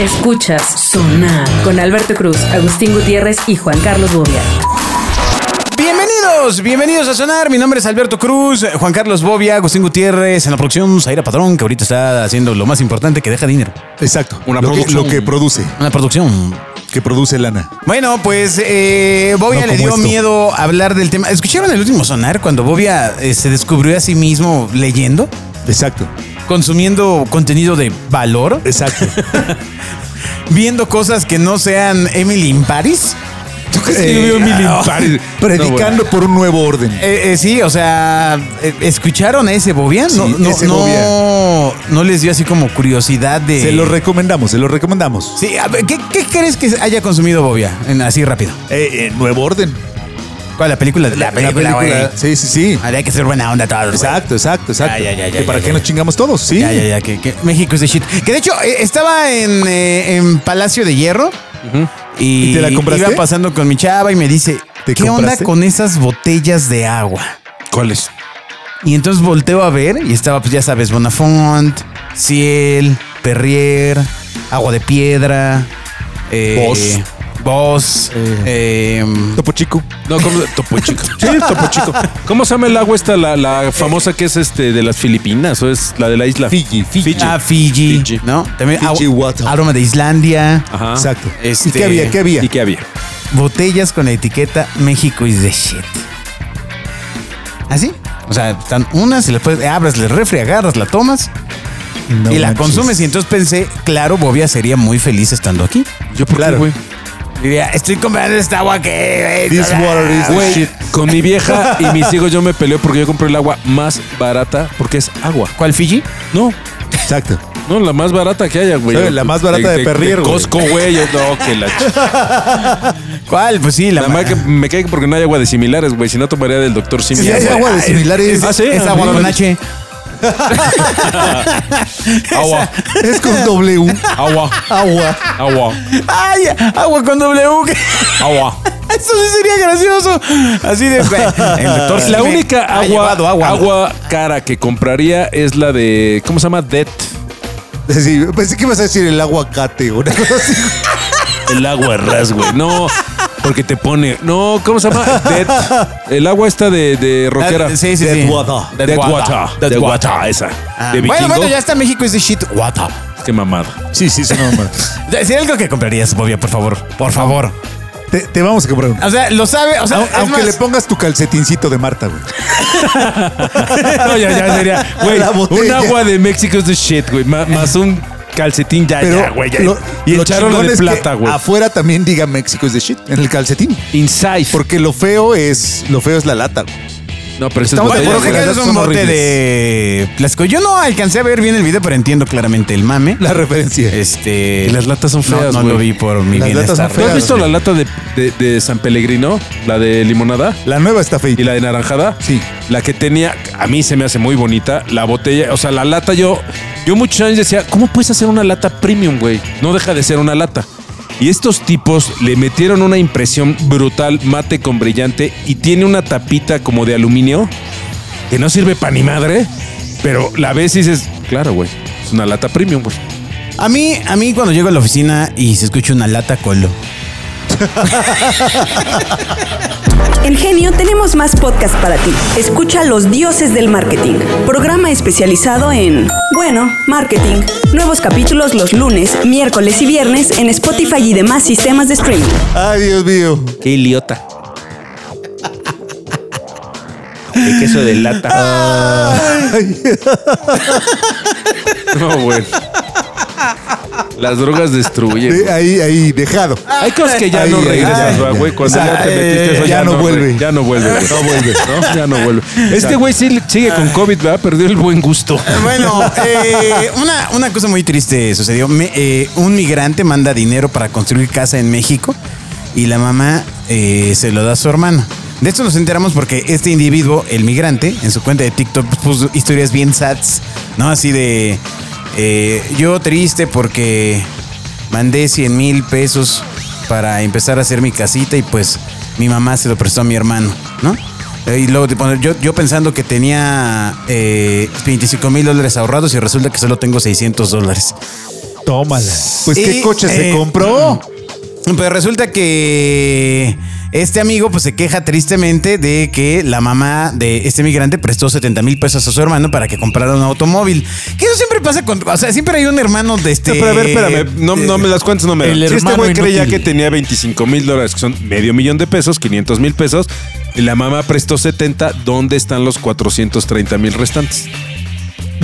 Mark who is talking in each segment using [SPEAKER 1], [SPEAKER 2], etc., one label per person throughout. [SPEAKER 1] Escuchas Sonar con Alberto Cruz, Agustín Gutiérrez y Juan Carlos Bobia.
[SPEAKER 2] Bienvenidos, bienvenidos a Sonar. Mi nombre es Alberto Cruz, eh, Juan Carlos Bobia, Agustín Gutiérrez, en la producción Zaira Padrón, que ahorita está haciendo lo más importante que deja dinero,
[SPEAKER 3] Exacto.
[SPEAKER 4] Una
[SPEAKER 3] lo, que,
[SPEAKER 4] producción.
[SPEAKER 3] lo que produce,
[SPEAKER 2] una producción.
[SPEAKER 3] que produce lana.
[SPEAKER 2] Bueno, pues eh, Bobia
[SPEAKER 3] No
[SPEAKER 2] le
[SPEAKER 3] como
[SPEAKER 2] dio
[SPEAKER 3] esto.
[SPEAKER 2] miedo hablar del tema. ¿Escucharon el último Sonar cuando Bobia eh, se descubrió a sí mismo leyendo,
[SPEAKER 3] Exacto.
[SPEAKER 2] consumiendo contenido de valor,
[SPEAKER 3] Exacto.
[SPEAKER 2] viendo cosas que no sean Emily in Paris? ¿Tú crees
[SPEAKER 3] Eh, ah, Predicando por un nuevo orden.
[SPEAKER 2] Eh, eh, sí, o sea, eh, ¿escucharon a ese Bobia? No,
[SPEAKER 3] Sí,
[SPEAKER 2] no,
[SPEAKER 3] ese
[SPEAKER 2] no,
[SPEAKER 3] Bobia.
[SPEAKER 2] no les dio así como curiosidad de...
[SPEAKER 3] Se lo recomendamos, se lo recomendamos.
[SPEAKER 2] Sí, a ver, ¿qué, qué crees que haya consumido Bobia? En- así rápido.
[SPEAKER 3] Eh, eh, nuevo orden.
[SPEAKER 2] ¿Cuál? ¿La película? La
[SPEAKER 3] Sí, sí, sí.
[SPEAKER 2] Habría que ser buena onda todos. güey.
[SPEAKER 3] Exacto, exacto, exacto.
[SPEAKER 2] Ya, ya, ya, ya,
[SPEAKER 3] ¿Que ¿Para
[SPEAKER 2] ya,
[SPEAKER 3] qué
[SPEAKER 2] ya.
[SPEAKER 3] nos chingamos todos? Sí.
[SPEAKER 2] Ya, ya, ya, que, que México es de shit. Que de hecho eh, estaba en, eh, en Palacio de Hierro y,
[SPEAKER 3] ¿Y te la compraste?
[SPEAKER 2] iba pasando con mi chava y me dice,
[SPEAKER 3] ¿Te
[SPEAKER 2] ¿qué onda
[SPEAKER 3] compraste?
[SPEAKER 2] con esas botellas de agua?
[SPEAKER 4] ¿Cuáles?
[SPEAKER 2] Y entonces volteo a ver y estaba, pues ya sabes, Bonafont, Ciel, Perrier, Agua de Piedra, eh,
[SPEAKER 3] Boss.
[SPEAKER 2] Boss, eh,
[SPEAKER 3] Topo chico.
[SPEAKER 4] No, como Topo Chico. Sí, Topo Chico. ¿Cómo se llama el agua esta, la, la famosa que es este de las Filipinas o es la de la isla?
[SPEAKER 3] Fiji, Fiji.
[SPEAKER 2] ah, Fiji,
[SPEAKER 4] Fiji. Ah.
[SPEAKER 2] ¿no? También
[SPEAKER 3] Fiji
[SPEAKER 2] au-
[SPEAKER 3] water.
[SPEAKER 2] aroma de Islandia,
[SPEAKER 4] Ajá.
[SPEAKER 3] Exacto.
[SPEAKER 2] Este-
[SPEAKER 3] ¿Y qué había? ¿Qué había?
[SPEAKER 4] ¿Y qué había?
[SPEAKER 2] botellas con la etiqueta México is the shit. ¿Así? O sea, están unas y después abres el refri, agarras, la tomas
[SPEAKER 3] No
[SPEAKER 2] y la
[SPEAKER 3] manches.
[SPEAKER 2] consumes. Y entonces pensé, claro, Bobia sería muy feliz estando aquí.
[SPEAKER 4] Yo por
[SPEAKER 3] Claro.
[SPEAKER 4] güey.
[SPEAKER 2] Diría, estoy comprando esta Ah, agua que...
[SPEAKER 3] This water is the
[SPEAKER 4] Güey,
[SPEAKER 3] shit.
[SPEAKER 4] con mi vieja y mis hijos yo me peleo porque yo compré el agua más barata porque es agua.
[SPEAKER 2] ¿Cuál Fiji?
[SPEAKER 4] No,
[SPEAKER 3] Exacto.
[SPEAKER 4] no, la más barata que haya, güey.
[SPEAKER 3] ¿Sabe? La más barata de Perrier, güey.
[SPEAKER 4] Costco, güey. Yo- No, que la ch-
[SPEAKER 2] ¿Cuál? Pues sí, la,
[SPEAKER 4] La marca me cae porque no hay agua de similares, güey. Si no, tomaría del doctor Simi.
[SPEAKER 3] Sí, hay
[SPEAKER 4] güey.
[SPEAKER 3] agua de similares.
[SPEAKER 4] Ah, sí.
[SPEAKER 2] Es agua
[SPEAKER 4] Sí.
[SPEAKER 2] con H.
[SPEAKER 4] Agua,
[SPEAKER 3] Es con W.
[SPEAKER 4] agua,
[SPEAKER 3] Agua.
[SPEAKER 4] agua,
[SPEAKER 2] ¡Ay! Agua con W.
[SPEAKER 4] agua.
[SPEAKER 2] Eso sí sería gracioso. Así de. El doctor
[SPEAKER 4] La
[SPEAKER 2] Sime
[SPEAKER 4] única
[SPEAKER 2] ha
[SPEAKER 4] agua,
[SPEAKER 2] llevado
[SPEAKER 4] agua, cara que compraría es la de. ¿Cómo se llama? Det.
[SPEAKER 3] Sí, pensé que ibas a decir el aguacate o una cosa así.
[SPEAKER 4] El agua ras, güey. No, porque te pone. No, ¿cómo se llama? Det. El agua esta de, de rockera.
[SPEAKER 2] Ah, sí, sí,
[SPEAKER 3] Dead
[SPEAKER 2] sí.
[SPEAKER 3] water.
[SPEAKER 4] Det
[SPEAKER 2] Dead
[SPEAKER 4] Water.
[SPEAKER 2] Dead
[SPEAKER 4] Det
[SPEAKER 2] water.
[SPEAKER 4] Water, esa.
[SPEAKER 2] Ah,
[SPEAKER 4] de
[SPEAKER 2] bueno,
[SPEAKER 4] vikingo.
[SPEAKER 2] bueno, ya está México es de shit. Water.
[SPEAKER 4] Qué mamada.
[SPEAKER 3] Sí, sí, sí, no, mamá.
[SPEAKER 2] Es algo que comprarías, Bobia, por favor. Por favor.
[SPEAKER 3] Te, te vamos a comprar uno.
[SPEAKER 2] O sea, lo sabe. O sea,
[SPEAKER 3] Au-
[SPEAKER 2] Ah, es
[SPEAKER 3] Aunque
[SPEAKER 2] más-
[SPEAKER 3] le pongas tu calcetincito de Marta, güey.
[SPEAKER 4] No, ya, ya sería. Güey,
[SPEAKER 3] La
[SPEAKER 4] un
[SPEAKER 3] botella.
[SPEAKER 4] agua de México es de shit, güey. ma- Más un calcetín ya, ya, güey. ya.
[SPEAKER 3] lo-
[SPEAKER 4] y
[SPEAKER 3] lo
[SPEAKER 4] el charolo
[SPEAKER 3] chingón
[SPEAKER 4] de
[SPEAKER 3] es que
[SPEAKER 4] plata, güey.
[SPEAKER 3] Afuera también diga México es de shit en el calcetín.
[SPEAKER 4] Inside.
[SPEAKER 3] Porque lo feo es lo feo es la lata. güey.
[SPEAKER 4] No, pero ese
[SPEAKER 3] Estamos
[SPEAKER 2] Te
[SPEAKER 3] de
[SPEAKER 4] botella,
[SPEAKER 2] juro
[SPEAKER 3] Oye,
[SPEAKER 2] que
[SPEAKER 4] güey.
[SPEAKER 3] las
[SPEAKER 2] es
[SPEAKER 3] dos
[SPEAKER 2] un
[SPEAKER 3] son
[SPEAKER 2] bote
[SPEAKER 3] horribles.
[SPEAKER 2] de plástico. Yo no alcancé a ver bien el video, pero entiendo claramente el mame.
[SPEAKER 3] La referencia.
[SPEAKER 2] Este.
[SPEAKER 4] Y las latas son
[SPEAKER 2] No,
[SPEAKER 4] feas,
[SPEAKER 2] no,
[SPEAKER 4] güey.
[SPEAKER 2] lo vi por mi
[SPEAKER 3] Las latas son
[SPEAKER 2] bienestar.
[SPEAKER 4] ¿Tú has
[SPEAKER 3] feas,
[SPEAKER 4] visto
[SPEAKER 3] güey.
[SPEAKER 4] la lata de, de- de San Pellegrino? La de limonada.
[SPEAKER 3] La nueva está feita.
[SPEAKER 4] ¿Y la de naranjada?
[SPEAKER 3] Sí.
[SPEAKER 4] La que tenía, a mí se me hace muy bonita, la botella, o sea, la lata, yo, yo muchos años decía, ¿cómo puedes hacer una lata premium, güey? No deja de ser una lata. Y estos tipos le metieron una impresión brutal, mate con brillante, y tiene una tapita como de aluminio, que no sirve para ni madre, pero la ves y dices, claro, güey, es una lata premium, güey.
[SPEAKER 2] A mí, a mí cuando llego a la oficina y se escucha una lata colo.
[SPEAKER 5] En Genio tenemos más podcast para ti. Escucha Los Dioses del Marketing, programa especializado en, bueno, marketing. Nuevos capítulos los lunes, miércoles y viernes en Spotify y demás sistemas de streaming.
[SPEAKER 3] Ay, Dios mío.
[SPEAKER 4] Qué idiota. El queso de lata. No, güey. Las drogas destruyen.
[SPEAKER 3] De-
[SPEAKER 4] güey.
[SPEAKER 3] ahí, ahí, dejado.
[SPEAKER 4] Hay cosas que ya
[SPEAKER 3] Ahí,
[SPEAKER 4] no
[SPEAKER 3] ahí,
[SPEAKER 4] regresas,
[SPEAKER 3] ahí,
[SPEAKER 4] va, güey. Cuando
[SPEAKER 3] o sea,
[SPEAKER 4] ya te metiste eso,
[SPEAKER 3] eh, ya no vuelve.
[SPEAKER 4] güey. Ya no vuelve, güey. No vuelve, ¿no? Ya no vuelve. Este güey sí sigue con COVID, va, perdió el buen gusto.
[SPEAKER 2] Bueno, eh, una, una cosa muy triste sucedió. Me- eh, un migrante manda dinero para construir casa en México y la mamá eh, se lo da a su hermana. De esto nos enteramos porque este individuo, el migrante, en su cuenta de TikTok pues, puso historias bien sats, ¿no? Así de, eh, yo triste porque mandé 100 mil pesos para empezar a hacer mi casita y pues mi mamá se lo prestó a mi hermano, ¿no? Eh, Y luego te pone, yo, yo pensando que tenía eh, 25 mil dólares ahorrados y resulta que solo tengo 600 dólares.
[SPEAKER 6] Tómala.
[SPEAKER 3] Pues qué
[SPEAKER 2] Y,
[SPEAKER 3] coche se
[SPEAKER 2] eh,
[SPEAKER 3] compró.
[SPEAKER 2] Pues resulta que este amigo pues se queja tristemente de que la mamá de este migrante prestó 70 mil pesos a su hermano para que comprara un automóvil. Que eso siempre pasa con... O sea, siempre hay un hermano de este... Eh,
[SPEAKER 4] No, pero a ver, espérame, no, no me las cuentas, no me
[SPEAKER 6] El
[SPEAKER 4] dan. Si este
[SPEAKER 6] hermano
[SPEAKER 4] güey creía
[SPEAKER 6] inútil.
[SPEAKER 4] que tenía 25 mil dólares, que son medio millón de pesos, 500 mil pesos, y la mamá prestó 70, ¿dónde están los 430 mil restantes?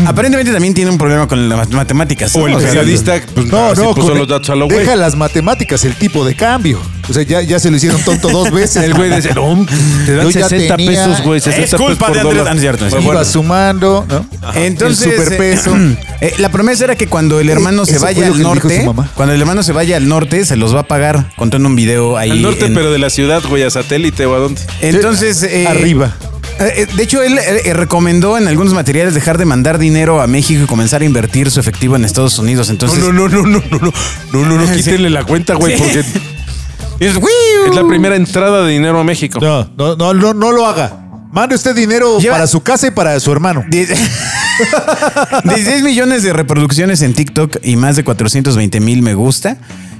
[SPEAKER 2] Aparentemente también tiene un problema con las matemáticas.
[SPEAKER 4] O el
[SPEAKER 2] ¿no? sea,
[SPEAKER 4] periodista pues,
[SPEAKER 3] No,
[SPEAKER 4] así
[SPEAKER 3] no,
[SPEAKER 4] puso
[SPEAKER 3] con-
[SPEAKER 4] los datos a lo güey.
[SPEAKER 3] deja las matemáticas, el tipo de cambio. O sea, ya, ya se lo hicieron tonto dos veces.
[SPEAKER 4] El güey dice, no, te dan
[SPEAKER 3] Yo ya
[SPEAKER 4] 60
[SPEAKER 3] tenía-
[SPEAKER 4] pesos, güey,
[SPEAKER 2] Es
[SPEAKER 4] 60 pesos
[SPEAKER 2] culpa
[SPEAKER 4] por
[SPEAKER 2] de Andrés-
[SPEAKER 4] dólar.
[SPEAKER 2] Ah, no es cierto, no es
[SPEAKER 4] Pues
[SPEAKER 3] Iba
[SPEAKER 4] bueno,
[SPEAKER 3] sumando, ¿no?
[SPEAKER 2] Entonces,
[SPEAKER 3] El superpeso.
[SPEAKER 2] eh, eh, la promesa era que cuando el hermano
[SPEAKER 3] Eso
[SPEAKER 2] se
[SPEAKER 3] fue
[SPEAKER 2] vaya
[SPEAKER 3] lo
[SPEAKER 2] al
[SPEAKER 3] que dijo
[SPEAKER 2] norte,
[SPEAKER 3] su mamá.
[SPEAKER 2] cuando el hermano se vaya al norte, se los va a pagar contando un video ahí.
[SPEAKER 4] al norte,
[SPEAKER 2] en-
[SPEAKER 4] pero de la ciudad, güey, a satélite o a dónde.
[SPEAKER 2] Entonces, eh,
[SPEAKER 3] Arriba.
[SPEAKER 2] eh, eh, De hecho, él eh, eh, recomendó en algunos materiales dejar de mandar dinero a México y comenzar a invertir su efectivo en Estados Unidos. Entonces,
[SPEAKER 4] No, no, no, no, no, no, no, no, no, quítenle la cuenta, güey, porque
[SPEAKER 2] dices, "Wiu".
[SPEAKER 4] es uh. la primera entrada de dinero a México.
[SPEAKER 3] No, no, no, no, no lo haga. Mande usted dinero
[SPEAKER 2] Lleva-
[SPEAKER 3] para su casa y para su hermano.
[SPEAKER 2] Die- 16 millones de reproducciones en TikTok y más de 420 mil me gusta.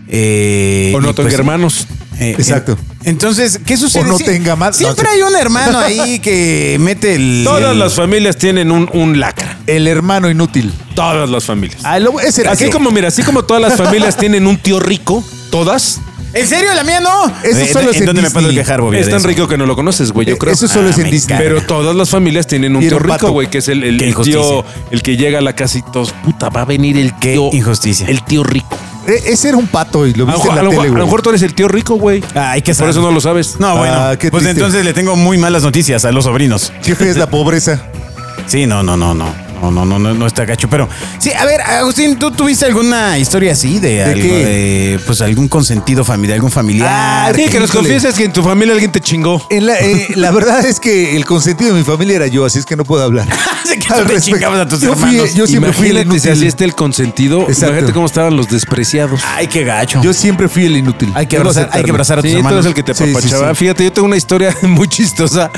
[SPEAKER 2] Eh,
[SPEAKER 4] o no,
[SPEAKER 2] y
[SPEAKER 4] tengo
[SPEAKER 2] pues,
[SPEAKER 4] hermanos.
[SPEAKER 2] Eh,
[SPEAKER 3] Exacto.
[SPEAKER 2] en- entonces, ¿qué sucede?
[SPEAKER 3] O no
[SPEAKER 2] Sie-
[SPEAKER 3] tenga más- no,
[SPEAKER 2] Siempre
[SPEAKER 3] sí.
[SPEAKER 2] hay un hermano ahí que mete el.
[SPEAKER 4] Todas
[SPEAKER 2] el-
[SPEAKER 4] las familias tienen un, un lacra.
[SPEAKER 3] El hermano inútil.
[SPEAKER 4] Todas las familias.
[SPEAKER 3] Ah, lo- ese era
[SPEAKER 4] Así
[SPEAKER 3] yo.
[SPEAKER 4] como, mira, así como todas las familias tienen un tío rico, todas.
[SPEAKER 2] ¿En serio? La mía no.
[SPEAKER 3] Eso
[SPEAKER 2] Eh,
[SPEAKER 3] solo
[SPEAKER 2] ¿en
[SPEAKER 3] es en
[SPEAKER 2] dónde me puedo
[SPEAKER 3] Disney.
[SPEAKER 2] quejar, Bobby?
[SPEAKER 4] Es
[SPEAKER 2] de
[SPEAKER 4] tan
[SPEAKER 2] eso?
[SPEAKER 4] rico que no lo conoces, güey, yo creo.
[SPEAKER 3] Eh, Eso solo es
[SPEAKER 2] Ah, me
[SPEAKER 3] en Disney.
[SPEAKER 2] encanta.
[SPEAKER 4] Pero todas las familias tienen un
[SPEAKER 3] Y era
[SPEAKER 4] tío
[SPEAKER 3] un
[SPEAKER 4] rico,
[SPEAKER 3] pato.
[SPEAKER 4] güey, que es el, el-
[SPEAKER 2] Qué
[SPEAKER 4] el tío,
[SPEAKER 2] injusticia.
[SPEAKER 4] el que llega a la casa y todos, puta, va a venir el
[SPEAKER 2] Qué
[SPEAKER 4] tío.
[SPEAKER 2] injusticia.
[SPEAKER 4] El tío rico.
[SPEAKER 3] E- ese era un pato y lo
[SPEAKER 4] A lo,
[SPEAKER 3] viste en
[SPEAKER 4] mejor-
[SPEAKER 3] la
[SPEAKER 4] a
[SPEAKER 3] tele,
[SPEAKER 4] lo mejor- a
[SPEAKER 3] güey.
[SPEAKER 4] lo mejor tú eres el tío rico, güey.
[SPEAKER 2] Ay, qué
[SPEAKER 4] Por
[SPEAKER 2] sad.
[SPEAKER 4] eso no lo sabes.
[SPEAKER 2] Ah, No,
[SPEAKER 3] Ah,
[SPEAKER 2] bueno.
[SPEAKER 3] qué
[SPEAKER 2] Pues
[SPEAKER 3] triste.
[SPEAKER 2] entonces le tengo muy malas noticias a los sobrinos.
[SPEAKER 3] Jefe, es la pobreza.
[SPEAKER 2] Sí, no, no, no, no. No, no, no, no, no está gacho. Pero sí, a ver, Agustín, ¿tú tuviste alguna historia así de, algo
[SPEAKER 3] qué?
[SPEAKER 2] de, pues algún consentido familiar, algún familiar?
[SPEAKER 3] Ah,
[SPEAKER 4] Sí, que nos
[SPEAKER 3] Híjole.
[SPEAKER 4] confieses que en tu familia alguien te chingó.
[SPEAKER 3] En la, eh, la verdad es que el consentido de mi familia era yo, así es que no puedo hablar.
[SPEAKER 2] Así que tú
[SPEAKER 3] Al
[SPEAKER 2] te
[SPEAKER 3] respecto.
[SPEAKER 2] chingabas "Ah, a tus
[SPEAKER 3] yo fui-
[SPEAKER 2] hermanos.
[SPEAKER 3] yo siempre fui el
[SPEAKER 4] Imagínate si así
[SPEAKER 3] inútil.
[SPEAKER 4] está el consentido.
[SPEAKER 3] Exacto.
[SPEAKER 4] Imagínate cómo estaban los despreciados.
[SPEAKER 2] Ay, qué gacho.
[SPEAKER 3] Yo siempre fui el inútil.
[SPEAKER 2] hay que
[SPEAKER 3] Debo
[SPEAKER 2] abrazar, hay que
[SPEAKER 3] aceptarlo.
[SPEAKER 2] abrazar a tus
[SPEAKER 4] Sí, tú
[SPEAKER 2] hermanos.
[SPEAKER 4] eres el que te
[SPEAKER 3] Sí, sí,
[SPEAKER 4] apapachaba.
[SPEAKER 3] sí.
[SPEAKER 4] Fíjate, yo tengo una historia muy chistosa.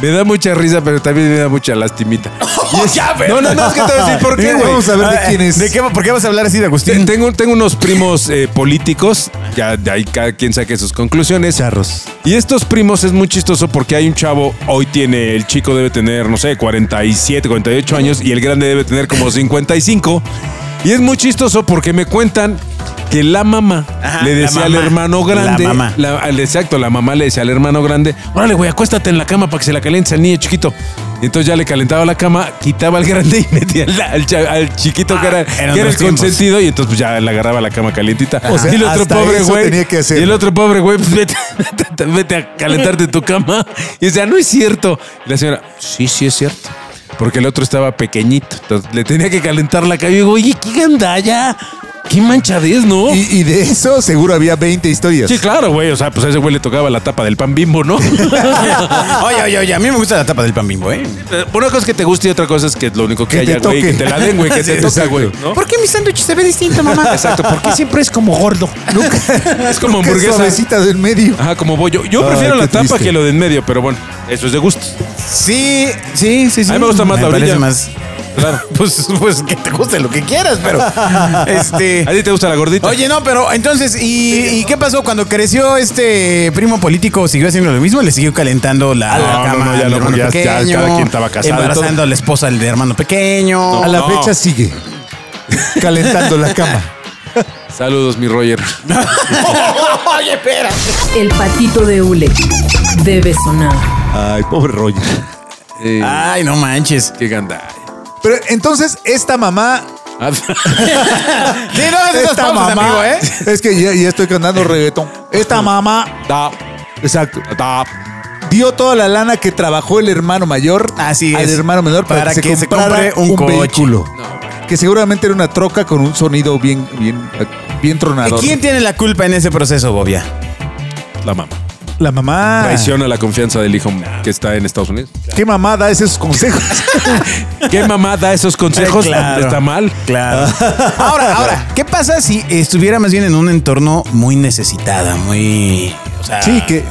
[SPEAKER 4] Me da mucha risa, pero también me da mucha lastimita. Y es-
[SPEAKER 2] Oh, Ya,
[SPEAKER 4] no, no, no, es que te voy a decir por qué, güey.
[SPEAKER 3] Vamos a ver de
[SPEAKER 2] Ah,
[SPEAKER 3] quién es.
[SPEAKER 2] ¿De qué, ¿Por qué vas a hablar así de
[SPEAKER 4] Te-
[SPEAKER 2] Agustín?
[SPEAKER 4] Tengo, tengo unos primos eh, políticos, ya de ahí cada quien saque sus conclusiones.
[SPEAKER 3] Charros.
[SPEAKER 4] Y estos primos es muy chistoso porque hay un chavo, hoy tiene, el chico debe tener, no sé, 47, 48 años y el grande debe tener como 55. Y es muy chistoso porque me cuentan que la mamá
[SPEAKER 2] Ajá,
[SPEAKER 4] le
[SPEAKER 2] la
[SPEAKER 4] decía al
[SPEAKER 2] mamá.
[SPEAKER 4] hermano grande.
[SPEAKER 2] La mamá.
[SPEAKER 4] la- al- exacto, la mamá le decía al hermano grande: Órale, güey, acuéstate en la cama para que se la calientes al niño chiquito. Y entonces ya le calentaba la cama, quitaba al grande y metía al, al cha- al chiquito
[SPEAKER 3] Ah,
[SPEAKER 4] que era,
[SPEAKER 2] eran
[SPEAKER 4] que era el
[SPEAKER 2] los tiempos.
[SPEAKER 4] consentido. Y entonces pues, ya le agarraba la cama calientita.
[SPEAKER 3] O sea,
[SPEAKER 4] y el otro
[SPEAKER 3] hasta
[SPEAKER 4] pobre
[SPEAKER 3] eso
[SPEAKER 4] güey.
[SPEAKER 3] tenía que hacer.
[SPEAKER 4] y el otro pobre güey, pues vete, vete- vete a calentarte en tu cama. Y decía, no es cierto. Y la señora, sí, sí es cierto. Porque el otro estaba pequeñito. Entonces le tenía que calentar la cama. Y digo, oye, qué gandalla. Qué manchadez, ¿no?
[SPEAKER 3] Y, y de eso seguro había 20 historias.
[SPEAKER 4] Sí, claro, güey. O sea, pues a ese güey le tocaba la tapa del pan bimbo, ¿no?
[SPEAKER 2] oye, oye, oye, a mí me gusta la tapa del pan bimbo, ¿eh?
[SPEAKER 4] Una cosa es que te guste y otra cosa es que lo único que,
[SPEAKER 3] Que te
[SPEAKER 4] haya, güey, que
[SPEAKER 3] toque.
[SPEAKER 4] te la den, güey, que
[SPEAKER 3] Sí,
[SPEAKER 4] te toque,
[SPEAKER 3] exacto.
[SPEAKER 4] güey. ¿no?
[SPEAKER 2] ¿Por qué mi sándwich se ve distinto, mamá?
[SPEAKER 4] Exacto, porque siempre es como gordo. Nunca. Es como
[SPEAKER 3] Qué
[SPEAKER 4] hamburguesa.
[SPEAKER 3] suavecita del medio.
[SPEAKER 4] Ajá, como bollo. Yo
[SPEAKER 3] Ay,
[SPEAKER 4] prefiero
[SPEAKER 3] qué
[SPEAKER 4] la tapa
[SPEAKER 3] triste.
[SPEAKER 4] que lo de en medio, pero bueno, eso es de gusto.
[SPEAKER 2] Sí, sí, sí, sí.
[SPEAKER 4] A mí me gusta más la
[SPEAKER 2] parece
[SPEAKER 4] orilla.
[SPEAKER 2] más-
[SPEAKER 4] Claro.
[SPEAKER 2] Pues, pues que te guste lo que quieras, pero.
[SPEAKER 4] ¿A
[SPEAKER 2] este.
[SPEAKER 4] ti te gusta la gordita?
[SPEAKER 2] Oye, no, pero entonces, ¿y, y qué pasó cuando creció este primo político? ¿Siguió haciendo lo mismo? ¿Le siguió calentando la,
[SPEAKER 4] Ah, No,
[SPEAKER 2] la
[SPEAKER 4] no,
[SPEAKER 2] cama
[SPEAKER 4] no, ya
[SPEAKER 2] al
[SPEAKER 4] no,
[SPEAKER 2] hermano
[SPEAKER 4] ya- ya
[SPEAKER 2] pequeño?
[SPEAKER 4] cada quien estaba casado y
[SPEAKER 2] Embarazando
[SPEAKER 4] todo.
[SPEAKER 2] a la esposa del hermano pequeño.
[SPEAKER 3] A la
[SPEAKER 4] No.
[SPEAKER 3] fecha sigue calentando la cama.
[SPEAKER 4] Saludos, mi Roger.
[SPEAKER 1] El patito de hule debe sonar.
[SPEAKER 3] Ay, pobre Roger.
[SPEAKER 4] Eh,
[SPEAKER 2] Ay, no manches.
[SPEAKER 4] qué ganda. Ah,
[SPEAKER 3] Pero entonces esta mamá...
[SPEAKER 2] Sí, no hagas esas
[SPEAKER 3] Esta
[SPEAKER 2] pausas,
[SPEAKER 3] mamá...
[SPEAKER 2] amigo, ¿eh?
[SPEAKER 3] Es que ya, ya estoy cantando reggaetón. Esta mamá
[SPEAKER 4] Da,
[SPEAKER 3] Exacto.
[SPEAKER 4] da.
[SPEAKER 3] dio toda la lana que trabajó el hermano mayor
[SPEAKER 2] Así
[SPEAKER 3] al
[SPEAKER 2] es.
[SPEAKER 3] hermano menor para,
[SPEAKER 2] Para
[SPEAKER 3] que,
[SPEAKER 2] que se
[SPEAKER 3] se
[SPEAKER 2] compre
[SPEAKER 3] comprara
[SPEAKER 2] un
[SPEAKER 3] un,
[SPEAKER 2] coche.
[SPEAKER 3] vehículo. Que seguramente era una troca con un sonido bien, bien, bien
[SPEAKER 2] ¿Y
[SPEAKER 3] tronador.
[SPEAKER 2] quién tiene la culpa en ese proceso, Bobia?
[SPEAKER 4] La mamá.
[SPEAKER 3] La
[SPEAKER 2] Ah.
[SPEAKER 3] mamá.
[SPEAKER 4] Traiciona la confianza del hijo que está en Estados Unidos.
[SPEAKER 3] ¿Qué mamá da esos consejos?
[SPEAKER 4] ¿Qué mamá da esos consejos?
[SPEAKER 2] Ay, Eh, claro.
[SPEAKER 4] Está mal.
[SPEAKER 2] Claro. Ahora, ahora, ¿qué pasa si estuviera más bien en un entorno muy necesitada, muy. O sea,
[SPEAKER 3] sí, que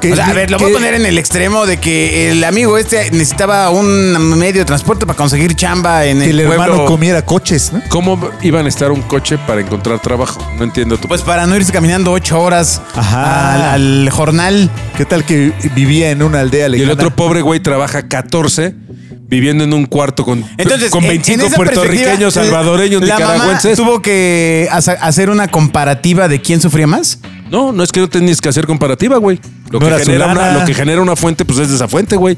[SPEAKER 3] Que-
[SPEAKER 2] O sea, a ver, lo voy
[SPEAKER 3] que-
[SPEAKER 2] a poner en el extremo de que el amigo este necesitaba un medio de transporte para conseguir chamba en
[SPEAKER 3] Que el
[SPEAKER 2] el pueblo.
[SPEAKER 3] hermano comiera coches, ¿no?
[SPEAKER 4] ¿Cómo iban a estar un coche para encontrar trabajo? No entiendo tu.
[SPEAKER 2] Pues para no irse caminando ocho horas
[SPEAKER 3] Ajá.
[SPEAKER 2] al, al jornal.
[SPEAKER 3] ¿Qué tal que vivía en una aldea
[SPEAKER 4] y el
[SPEAKER 3] lejana?
[SPEAKER 4] otro pobre güey trabaja 14 viviendo en un cuarto con,
[SPEAKER 2] Entonces,
[SPEAKER 4] con
[SPEAKER 2] en- en
[SPEAKER 4] 25
[SPEAKER 2] esa
[SPEAKER 4] puertorriqueños,
[SPEAKER 2] perspectiva, eh,
[SPEAKER 4] salvadoreños,
[SPEAKER 2] la mamá
[SPEAKER 4] nicaragüenses.
[SPEAKER 2] tuvo que haza- hacer una comparativa de quién sufría más.
[SPEAKER 4] No, no es que no tenías que hacer comparativa, güey. Lo,
[SPEAKER 3] No
[SPEAKER 4] que
[SPEAKER 3] era su
[SPEAKER 4] genera
[SPEAKER 3] lana.
[SPEAKER 4] una- lo que genera una fuente, pues es de esa fuente, güey.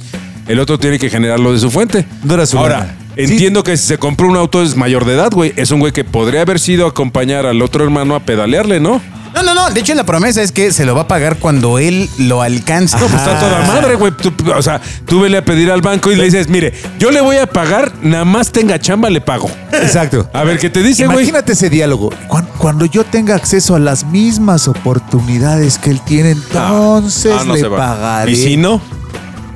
[SPEAKER 4] El otro tiene que generarlo de su fuente.
[SPEAKER 3] No era su
[SPEAKER 4] Ahora,
[SPEAKER 3] lana.
[SPEAKER 4] entiendo que si se compró un auto es mayor de edad, güey. Es un güey que podría haber sido a acompañar al otro hermano a pedalearle, ¿no?
[SPEAKER 2] No, no, no. De hecho, la promesa es que se lo va a pagar cuando él lo alcance.
[SPEAKER 4] No, pues está toda madre, güey. Tú- O sea, tú vele a pedir al banco y le dices, mire, yo le voy a pagar, nada más tenga chamba, le pago.
[SPEAKER 3] Exacto.
[SPEAKER 4] A ver, ¿qué te dice, güey?
[SPEAKER 3] Imagínate ese diálogo. Cuan- Cuando yo tenga acceso a las mismas oportunidades que él tiene,
[SPEAKER 4] No,
[SPEAKER 3] entonces
[SPEAKER 4] Ah, no, no se
[SPEAKER 3] le
[SPEAKER 4] va.
[SPEAKER 3] pagaré.
[SPEAKER 4] Y si no,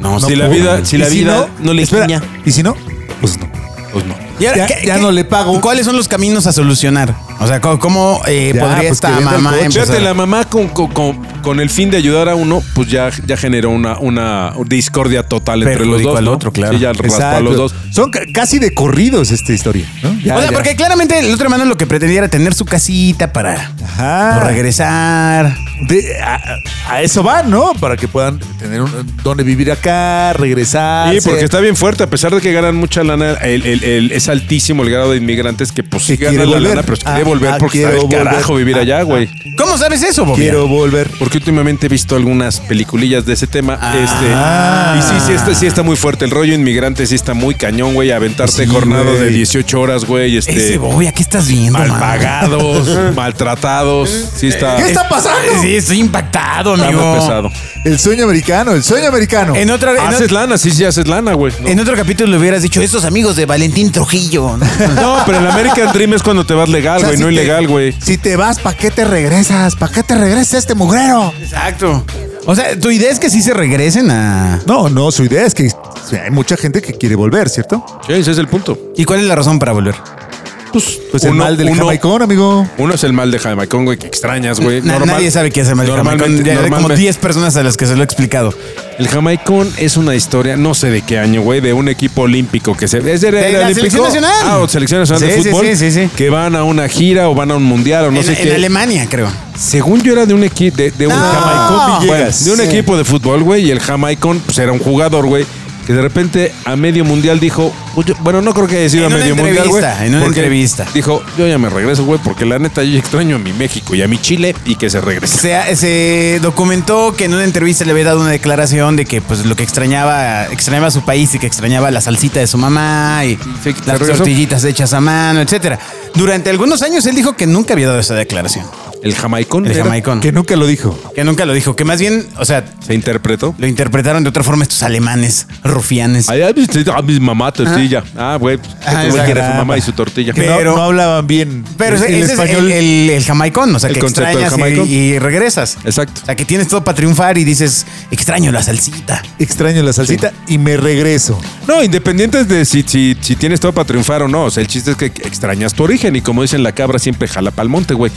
[SPEAKER 2] No,
[SPEAKER 4] si la
[SPEAKER 2] puedo.
[SPEAKER 4] vida, si la
[SPEAKER 3] ¿Y si
[SPEAKER 4] vida no, le
[SPEAKER 3] Espera,
[SPEAKER 4] guiña,
[SPEAKER 3] ¿Y si no?
[SPEAKER 4] pues no, pues no.
[SPEAKER 2] Y ahora,
[SPEAKER 3] Ya-
[SPEAKER 2] ¿qué-
[SPEAKER 3] ya
[SPEAKER 2] qué-
[SPEAKER 3] no le pago.
[SPEAKER 2] ¿Cuáles son los caminos a solucionar? O sea, ¿cómo, cómo, eh,
[SPEAKER 3] Ya,
[SPEAKER 2] podría
[SPEAKER 3] pues que
[SPEAKER 2] esta
[SPEAKER 3] venda el
[SPEAKER 2] mamá
[SPEAKER 3] coche.
[SPEAKER 2] empezar?
[SPEAKER 4] Fíjate, la mamá con, con- con- con el fin de ayudar a uno, pues ya, ya generó una, una discordia total entre los
[SPEAKER 2] Perjudicó
[SPEAKER 4] dos.
[SPEAKER 2] al
[SPEAKER 4] ¿no?
[SPEAKER 2] otro, claro.
[SPEAKER 4] Sí, ya raspó a los dos.
[SPEAKER 3] Son ca- casi de corridos esta historia. ¿no? Ya,
[SPEAKER 2] o sea,
[SPEAKER 3] ya.
[SPEAKER 2] porque claramente el otro hermano lo que pretendía era tener su casita para
[SPEAKER 4] Ah.
[SPEAKER 3] Ajá.
[SPEAKER 2] regresar.
[SPEAKER 3] De- a, a eso van, ¿no? Para que puedan tener un- donde vivir acá, regresar.
[SPEAKER 4] Sí, porque está bien fuerte, a pesar de que ganan mucha lana, el- el- el- es altísimo el grado de inmigrantes que pues sí
[SPEAKER 3] Que
[SPEAKER 4] ganan
[SPEAKER 3] quiere
[SPEAKER 4] la
[SPEAKER 3] volver.
[SPEAKER 4] lana, pero se quiere
[SPEAKER 3] Ah,
[SPEAKER 4] volver
[SPEAKER 3] ah,
[SPEAKER 4] porque está
[SPEAKER 3] quiero
[SPEAKER 4] del
[SPEAKER 3] volver.
[SPEAKER 4] carajo vivir
[SPEAKER 3] Ah,
[SPEAKER 4] allá, güey.
[SPEAKER 2] ¿Cómo sabes eso, Bobia?
[SPEAKER 3] Quiero volver.
[SPEAKER 4] Porque últimamente he visto algunas peliculillas de ese tema. este, y sí, sí está, sí está muy fuerte. El rollo inmigrante sí está muy cañón, güey. Aventarte
[SPEAKER 3] Sí,
[SPEAKER 4] jornadas de
[SPEAKER 3] güey.
[SPEAKER 4] 18 horas, güey.
[SPEAKER 2] Ese
[SPEAKER 4] Este,
[SPEAKER 2] Bobia, ¿qué estás viendo,
[SPEAKER 4] mal
[SPEAKER 2] mamá?
[SPEAKER 4] pagados, maltratados. Sí está.
[SPEAKER 3] ¿Qué está pasando?
[SPEAKER 2] Sí, estoy impactado,
[SPEAKER 4] está muy
[SPEAKER 2] amigo.
[SPEAKER 4] pesado.
[SPEAKER 3] El sueño americano, el sueño americano.
[SPEAKER 2] En otro, en
[SPEAKER 4] Haces lana, sí, sí, haces lana, güey.
[SPEAKER 2] otro- en otro capítulo le hubieras dicho, estos amigos de Valentín Trujillo. ¿no?
[SPEAKER 4] No, pero el American Dream es cuando te vas legal,
[SPEAKER 3] O sea,
[SPEAKER 4] güey,
[SPEAKER 3] si
[SPEAKER 4] no
[SPEAKER 3] te-
[SPEAKER 4] ilegal, güey.
[SPEAKER 3] Si te vas, ¿para qué te regresas? ¿Para qué te regresa este mugrero?
[SPEAKER 2] Exacto. O sea, tu idea es que sí se regresen a...
[SPEAKER 3] No, no, su idea es que sí, hay mucha gente que quiere volver, ¿cierto?
[SPEAKER 4] Sí, ese es el punto.
[SPEAKER 2] ¿Y cuál es la razón para volver?
[SPEAKER 4] Pues,
[SPEAKER 3] Pues el mal del
[SPEAKER 4] uno-
[SPEAKER 3] jamaicón, amigo.
[SPEAKER 4] Uno es el mal de Jamaicón, güey, que extrañas, güey.
[SPEAKER 2] Na-
[SPEAKER 4] Eh, Normal-
[SPEAKER 2] nadie sabe qué es el mal de
[SPEAKER 4] Normalmente,
[SPEAKER 2] Jamaicón. Ya hay como
[SPEAKER 4] normalmente-
[SPEAKER 2] 10 personas a las que se lo he explicado.
[SPEAKER 4] El Jamaicón es una historia, no sé de qué año, güey, de un equipo olímpico que se. ¿Es de,
[SPEAKER 2] De
[SPEAKER 4] el
[SPEAKER 2] la
[SPEAKER 4] olímpico?
[SPEAKER 2] selección nacional.
[SPEAKER 4] Ah, o selección nacional de
[SPEAKER 2] Sí, sí,
[SPEAKER 4] fútbol.
[SPEAKER 2] sí, sí, sí.
[SPEAKER 4] Que van a una gira o van a un mundial o no
[SPEAKER 2] en,
[SPEAKER 4] sé
[SPEAKER 2] en
[SPEAKER 4] qué.
[SPEAKER 2] Alemania, creo.
[SPEAKER 4] Según yo era de un equipo de, de un
[SPEAKER 2] No.
[SPEAKER 4] Jamaicón
[SPEAKER 3] Villegas.
[SPEAKER 4] Bueno, de un
[SPEAKER 3] Sí.
[SPEAKER 4] equipo de fútbol, güey, y el Jamaicón pues era un jugador, güey, que de repente a medio mundial dijo, "Pues yo-" bueno, no creo que haya sido
[SPEAKER 2] En
[SPEAKER 4] a
[SPEAKER 2] una
[SPEAKER 4] medio mundial, güey.
[SPEAKER 2] entrevista, en una
[SPEAKER 4] porque
[SPEAKER 2] entrevista.
[SPEAKER 4] Dijo, "Yo ya me regreso, güey, porque la neta yo extraño a mi México y a mi Chile y que se regrese."
[SPEAKER 2] Se, se documentó que en una entrevista le había dado una declaración de que pues lo que extrañaba, extrañaba a su país y que extrañaba la salsita de su mamá y
[SPEAKER 4] Sí, se
[SPEAKER 2] las
[SPEAKER 4] regresó.
[SPEAKER 2] tortillitas hechas a mano, etcétera. Durante algunos años él dijo que nunca había dado esa declaración.
[SPEAKER 4] El Jamaicón
[SPEAKER 2] El
[SPEAKER 4] era-
[SPEAKER 2] Jamaicón.
[SPEAKER 3] Que nunca lo dijo.
[SPEAKER 2] Que nunca lo dijo, que más bien, o sea,
[SPEAKER 4] se interpretó.
[SPEAKER 2] lo interpretaron de otra forma estos alemanes, rufianes.
[SPEAKER 4] Allá visité pues, a mi mamá tortilla. Ah, güey, pues,
[SPEAKER 2] Ah,
[SPEAKER 4] este güey quiere a su
[SPEAKER 2] exacto.
[SPEAKER 4] mamá y su tortilla.
[SPEAKER 3] Que no-
[SPEAKER 2] Pero-
[SPEAKER 3] no, hablaban bien
[SPEAKER 2] Pero
[SPEAKER 3] el,
[SPEAKER 2] ese,
[SPEAKER 3] el
[SPEAKER 2] ese es el,
[SPEAKER 3] español.
[SPEAKER 2] el, el jamaicón, o sea,
[SPEAKER 4] El
[SPEAKER 2] que
[SPEAKER 4] concepto del
[SPEAKER 2] extrañas y,
[SPEAKER 4] jamaicón.
[SPEAKER 2] y regresas.
[SPEAKER 4] Exacto.
[SPEAKER 2] O sea, que tienes todo para triunfar y dices, extraño la salsita.
[SPEAKER 3] Extraño la salsita y me regreso.
[SPEAKER 4] No, independientes de si, si, si tienes todo para triunfar o no. O sea, el chiste es que extrañas tu origen y como dicen la cabra siempre jala pa'l monte, güey.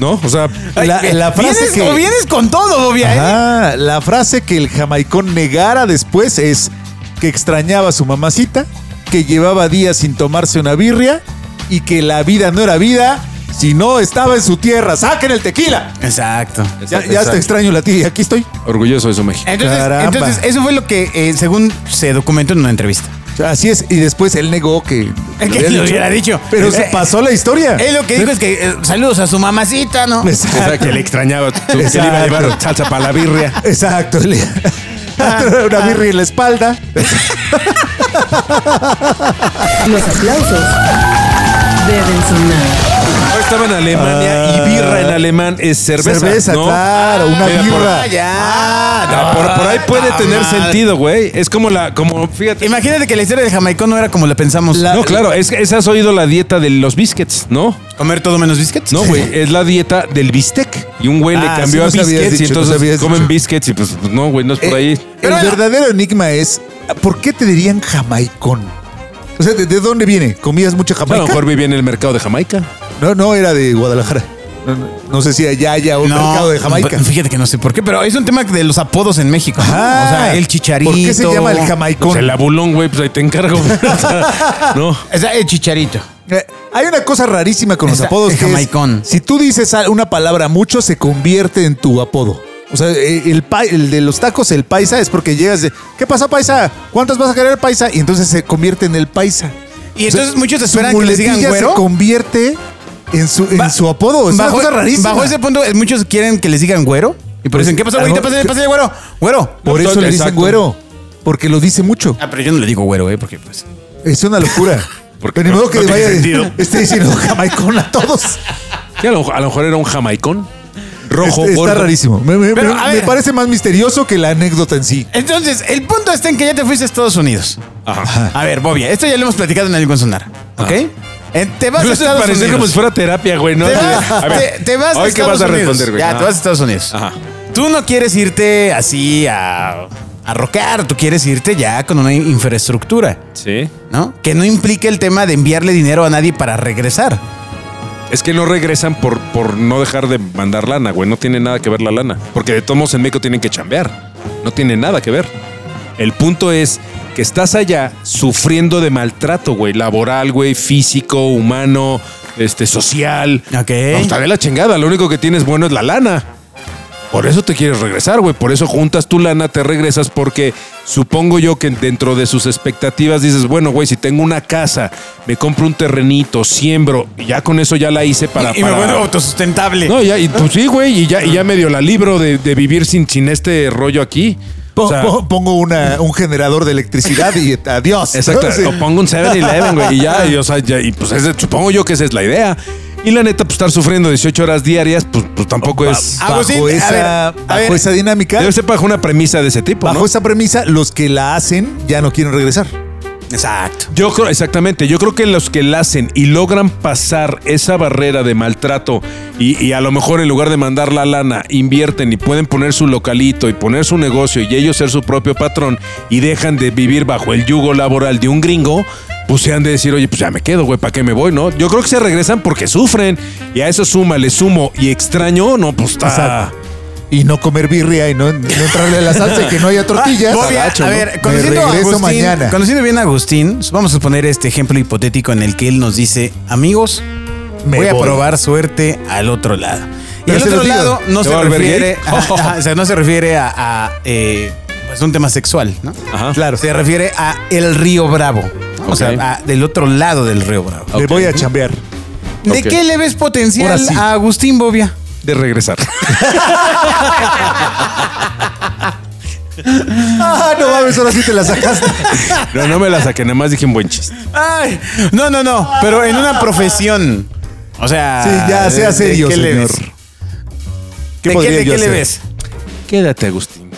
[SPEAKER 4] ¿No? O sea,
[SPEAKER 3] La, la frase
[SPEAKER 2] ¿Vienes,
[SPEAKER 3] que,
[SPEAKER 2] o vienes con todo, Bobia, ¿eh?
[SPEAKER 3] Ajá, la frase que el jamaicón negara después es que extrañaba a su mamacita, que llevaba días sin tomarse una birria y que la vida no era vida si no estaba en su tierra. ¡Saquen el tequila!
[SPEAKER 2] Exacto.
[SPEAKER 3] Ya, ya te extraño la tía, aquí estoy.
[SPEAKER 4] orgulloso de su México.
[SPEAKER 2] Entonces,
[SPEAKER 3] Caramba.
[SPEAKER 2] entonces, eso fue lo que, eh, según se documentó en una entrevista.
[SPEAKER 3] Así es, y después él negó que...
[SPEAKER 2] Es que lo hubiera dicho.
[SPEAKER 3] Pero se
[SPEAKER 2] Eh,
[SPEAKER 3] pasó la historia.
[SPEAKER 2] Él lo que dijo es que eh, saludos a su mamacita, ¿no?
[SPEAKER 4] O sea, que le extrañaba, tú, que le iba a
[SPEAKER 3] Exacto.
[SPEAKER 4] llevar salsa para la birria.
[SPEAKER 3] Exacto. le-
[SPEAKER 2] Ah,
[SPEAKER 3] una birria en la espalda.
[SPEAKER 1] Los aplausos deben sonar.
[SPEAKER 4] Ahora estaba en Alemania y birra en alemán es cerveza.
[SPEAKER 3] Cerveza,
[SPEAKER 4] ¿no?
[SPEAKER 3] claro, una
[SPEAKER 4] Mira, por-
[SPEAKER 3] birra.
[SPEAKER 2] Ah, ya.
[SPEAKER 4] Ah, por, por ahí puede
[SPEAKER 2] Ah,
[SPEAKER 4] tener
[SPEAKER 2] madre.
[SPEAKER 4] sentido, güey. Es como la, como, fíjate.
[SPEAKER 2] Imagínate que la historia de Jamaicón no era como la pensamos.
[SPEAKER 4] no, claro, es que esa has oído la dieta de los biscuits, ¿no?
[SPEAKER 2] Comer todo menos biscuits.
[SPEAKER 4] No, güey, es la dieta del bistec. Y un güey le
[SPEAKER 3] Ah,
[SPEAKER 4] cambió
[SPEAKER 3] sí,
[SPEAKER 4] a
[SPEAKER 3] nos habías
[SPEAKER 4] biscuits y
[SPEAKER 3] dicho, nos
[SPEAKER 4] entonces
[SPEAKER 3] habías
[SPEAKER 4] comen
[SPEAKER 3] dicho.
[SPEAKER 4] biscuits y pues pues, no, güey, no
[SPEAKER 2] Eh,
[SPEAKER 4] es por ahí.
[SPEAKER 2] Pero
[SPEAKER 3] el
[SPEAKER 2] bueno.
[SPEAKER 3] verdadero enigma es ¿por qué te dirían jamaicón? O sea, ¿de, de dónde viene? ¿Comías mucha
[SPEAKER 4] A lo
[SPEAKER 3] jamaica?
[SPEAKER 4] mejor vivía en el mercado de Jamaica.
[SPEAKER 3] No, no, era de Guadalajara. No sé si allá haya un mercado de Jamaica.
[SPEAKER 2] p- Fíjate que no sé por qué, pero es un tema de los apodos en México. ¿no?
[SPEAKER 3] Ah,
[SPEAKER 2] o sea, el chicharito.
[SPEAKER 3] ¿Por qué se llama el jamaicón?
[SPEAKER 4] Pues el abulón, güey, pues ahí te encargo. no.
[SPEAKER 2] O sea, el chicharito.
[SPEAKER 3] Eh, Hay una cosa rarísima con los
[SPEAKER 2] Esa-
[SPEAKER 3] apodos
[SPEAKER 2] el
[SPEAKER 3] que es,
[SPEAKER 2] jamaicón.
[SPEAKER 3] si tú dices a- una palabra mucho se convierte en tu apodo. O sea, eh, el, pa- el de los tacos, el paisa, es porque llegas de, ¿qué pasa paisa? ¿Cuántas vas a querer paisa? Y entonces se convierte en el paisa.
[SPEAKER 2] Y entonces muchos
[SPEAKER 3] su
[SPEAKER 2] esperan que les digan
[SPEAKER 3] muletilla
[SPEAKER 2] güero.
[SPEAKER 3] se convierte en su, en
[SPEAKER 2] Ba-
[SPEAKER 3] su apodo. Es
[SPEAKER 2] bajo,
[SPEAKER 3] una cosa rarísima.
[SPEAKER 2] Bajo ese punto, eh, muchos quieren que les digan güero. Y por eso dicen, ¿qué pasa, güey?
[SPEAKER 3] algo-
[SPEAKER 2] Pásale, pásale, güero. Güero.
[SPEAKER 3] Por eso le dicen
[SPEAKER 4] Exacto.
[SPEAKER 3] güero. Porque lo dice mucho.
[SPEAKER 2] Ah, pero yo no le digo güero, ¿eh? Porque pues...
[SPEAKER 3] Es una locura.
[SPEAKER 4] Porque
[SPEAKER 3] Pero ni
[SPEAKER 4] no-
[SPEAKER 3] modo que
[SPEAKER 4] no tiene
[SPEAKER 3] vaya
[SPEAKER 4] sentido.
[SPEAKER 3] esté diciendo jamaicón a todos.
[SPEAKER 4] Sí, a, lo, a lo mejor era un jamaicón. Rojo,
[SPEAKER 3] Este- está
[SPEAKER 4] gordo.
[SPEAKER 3] rarísimo. Me, me-
[SPEAKER 2] Pero,
[SPEAKER 3] me-
[SPEAKER 2] a
[SPEAKER 3] me
[SPEAKER 2] ver.
[SPEAKER 3] parece más misterioso que la anécdota en sí.
[SPEAKER 2] Entonces, el punto está en que ya te fuiste a Estados Unidos.
[SPEAKER 4] Ajá.
[SPEAKER 2] A ver, Bobia, esto ya lo hemos platicado en algún sonar,
[SPEAKER 4] Ah.
[SPEAKER 2] ¿ok? Eh, te vas a
[SPEAKER 4] Pero eso
[SPEAKER 2] Estados
[SPEAKER 4] parecía
[SPEAKER 2] Unidos.
[SPEAKER 4] como si fuera terapia, güey, ¿no?
[SPEAKER 2] te,
[SPEAKER 4] A
[SPEAKER 2] vas,
[SPEAKER 4] ver,
[SPEAKER 2] te- te vas a
[SPEAKER 4] hoy
[SPEAKER 2] Estados
[SPEAKER 4] qué vas a
[SPEAKER 2] Unidos.
[SPEAKER 4] responder, güey.
[SPEAKER 2] Ya,
[SPEAKER 4] Ah.
[SPEAKER 2] te vas a Estados Unidos.
[SPEAKER 4] Ajá.
[SPEAKER 2] Tú no quieres irte así a, a rockear, tú quieres irte ya con una infraestructura,
[SPEAKER 4] Sí.
[SPEAKER 2] ¿no? Que no implique el tema de enviarle dinero a nadie para regresar.
[SPEAKER 4] Es que no regresan por, por no dejar de mandar lana, güey. No tiene nada que ver la lana. Porque de todos modos en México tienen que chambear. No tiene nada que ver. El punto es que estás allá sufriendo de maltrato, güey. Laboral, güey. Físico, humano, este, social.
[SPEAKER 2] Ok.
[SPEAKER 4] No, está de la chingada. Lo único que tienes bueno es la lana. Por eso te quieres regresar, güey. Por eso juntas tu lana, te regresas, porque supongo yo que dentro de sus expectativas dices, bueno, güey, si tengo una casa, me compro un terrenito, siembro, y ya con eso ya la hice para.
[SPEAKER 2] y me
[SPEAKER 4] para-
[SPEAKER 2] vuelvo Ah. autosustentable.
[SPEAKER 4] No, ya, y pues sí, güey, y ya, y ya medio la libro de, de vivir sin, sin este rollo aquí.
[SPEAKER 3] Po-
[SPEAKER 4] O sea,
[SPEAKER 3] po- pongo una- un generador de electricidad y adiós.
[SPEAKER 4] Exacto.
[SPEAKER 3] ¿no? Sí.
[SPEAKER 4] O pongo un 7-Eleven, güey. Y ya, y, o sea, ya, y pues ese- supongo yo que esa es la idea. Y la neta, pues estar sufriendo 18 horas diarias, pues, pues tampoco es.
[SPEAKER 2] Ah, Agustín,
[SPEAKER 3] bajo
[SPEAKER 2] a
[SPEAKER 3] esa,
[SPEAKER 2] ver, a
[SPEAKER 3] bajo
[SPEAKER 2] ver.
[SPEAKER 3] esa dinámica,
[SPEAKER 4] Debe ser bajo una premisa de ese tipo.
[SPEAKER 3] bajo
[SPEAKER 4] ¿no?
[SPEAKER 3] esa premisa, los que la hacen ya no quieren regresar.
[SPEAKER 2] Exacto.
[SPEAKER 4] Yo creo, exactamente, yo creo que los que la hacen y logran pasar esa barrera de maltrato y, y a lo mejor en lugar de mandar la lana, invierten y pueden poner su localito y poner su negocio y ellos ser su propio patrón y dejan de vivir bajo el yugo laboral de un gringo, pues se han de decir, oye, pues ya me quedo, güey, ¿para qué me voy, no? Yo creo que se regresan porque sufren y a eso suma, le sumo y extraño, no, pues está...
[SPEAKER 3] Exacto. Y no comer birria y no, no entrarle a la salsa y que no haya tortillas.
[SPEAKER 2] Ah, Bobia,
[SPEAKER 3] Agacho,
[SPEAKER 2] a
[SPEAKER 3] ¿no?
[SPEAKER 2] ver,
[SPEAKER 3] Me
[SPEAKER 2] conociendo, a
[SPEAKER 3] regreso
[SPEAKER 2] Agustín,
[SPEAKER 3] mañana.
[SPEAKER 2] conociendo bien a Agustín, vamos a poner este ejemplo hipotético en el que él nos dice, amigos,
[SPEAKER 3] Me
[SPEAKER 2] voy, a
[SPEAKER 3] voy".
[SPEAKER 2] probar suerte al otro lado. Y
[SPEAKER 3] Pero
[SPEAKER 2] al
[SPEAKER 3] se
[SPEAKER 2] otro
[SPEAKER 3] los digo,
[SPEAKER 2] lado no
[SPEAKER 4] ¿te
[SPEAKER 2] se
[SPEAKER 4] va a volver
[SPEAKER 2] refiere,
[SPEAKER 4] gay?
[SPEAKER 2] ajá, ajá, o sea, no se refiere a, a, eh, pues, un tema sexual, ¿no?
[SPEAKER 4] Ajá.
[SPEAKER 2] Claro. Se refiere a el río Bravo, ¿no? o
[SPEAKER 4] Ok.
[SPEAKER 2] sea, a- del otro lado del río Bravo.
[SPEAKER 3] Me voy a chambear.
[SPEAKER 2] ¿De
[SPEAKER 4] Ok.
[SPEAKER 2] qué le ves potencial
[SPEAKER 3] Ahora sí.
[SPEAKER 2] a Agustín Bobia?
[SPEAKER 4] de regresar.
[SPEAKER 3] Ah, no mames, ahora sí te la sacaste.
[SPEAKER 4] No, no me la saqué, nada más dije un buen chiste.
[SPEAKER 2] Ay, no, no, no, pero en una profesión. O sea,
[SPEAKER 3] Sí, ya, sea
[SPEAKER 2] ¿de
[SPEAKER 3] serio,
[SPEAKER 2] qué le
[SPEAKER 3] señor.
[SPEAKER 2] ves?
[SPEAKER 3] ¿Qué
[SPEAKER 2] ¿De qué,
[SPEAKER 3] podría
[SPEAKER 2] de
[SPEAKER 3] yo
[SPEAKER 2] qué le
[SPEAKER 3] hacer?
[SPEAKER 2] ves?
[SPEAKER 4] Quédate, Agustín.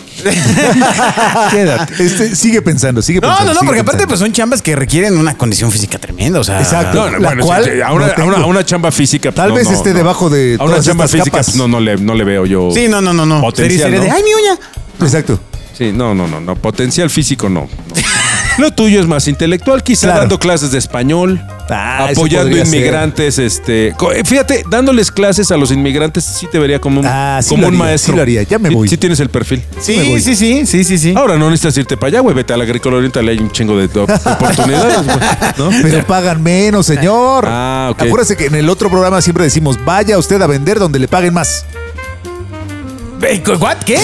[SPEAKER 4] Quédate.
[SPEAKER 3] Este, sigue pensando, sigue
[SPEAKER 2] No,
[SPEAKER 3] pensando.
[SPEAKER 2] no, no,
[SPEAKER 3] sigue
[SPEAKER 2] porque aparte
[SPEAKER 3] pensando.
[SPEAKER 2] pues son chambas que requieren una condición física tremenda, o sea.
[SPEAKER 3] Exacto.
[SPEAKER 4] No, no,
[SPEAKER 3] La
[SPEAKER 4] bueno,
[SPEAKER 3] cual
[SPEAKER 4] sí, a, una,
[SPEAKER 3] no tengo.
[SPEAKER 4] a una- a una chamba física.
[SPEAKER 3] Tal
[SPEAKER 4] no,
[SPEAKER 3] vez
[SPEAKER 4] no,
[SPEAKER 3] esté
[SPEAKER 4] no.
[SPEAKER 3] debajo de
[SPEAKER 4] A una
[SPEAKER 3] todas
[SPEAKER 4] chamba
[SPEAKER 3] estas
[SPEAKER 4] física
[SPEAKER 3] capas.
[SPEAKER 4] pues, no, no, le, no le veo yo.
[SPEAKER 2] Sí, no, no, no, no. Sería-
[SPEAKER 4] Potencial,
[SPEAKER 2] sería
[SPEAKER 4] ¿no?
[SPEAKER 2] de, ay, mi uña.
[SPEAKER 3] Exacto.
[SPEAKER 4] Sí, no, no, no, no. Potencial físico no. no. Lo tuyo es más intelectual, quizá
[SPEAKER 3] Claro.
[SPEAKER 4] dando clases de español,
[SPEAKER 3] Ah, eso
[SPEAKER 4] apoyando
[SPEAKER 3] podría ser.
[SPEAKER 4] inmigrantes, este, co- eh, fíjate, dándoles clases a los inmigrantes sí te vería como un,
[SPEAKER 3] Ah, sí
[SPEAKER 4] como
[SPEAKER 3] lo
[SPEAKER 4] un
[SPEAKER 3] haría,
[SPEAKER 4] maestro.
[SPEAKER 3] sí lo haría, ya me voy.
[SPEAKER 4] Sí, tienes el perfil.
[SPEAKER 3] me voy.
[SPEAKER 2] Sí, sí, sí, sí, sí, sí.
[SPEAKER 4] Ahora no necesitas irte para allá, güey, vete al agrícola oriental, hay un chingo de, de oportunidades, güey, ¿no?
[SPEAKER 3] Pero pagan menos, señor.
[SPEAKER 4] Ah, ok.
[SPEAKER 3] Acuérdese que en el otro programa siempre decimos, vaya usted a vender donde le paguen más.
[SPEAKER 2] Ey, ¿cu- what? ¿Qué?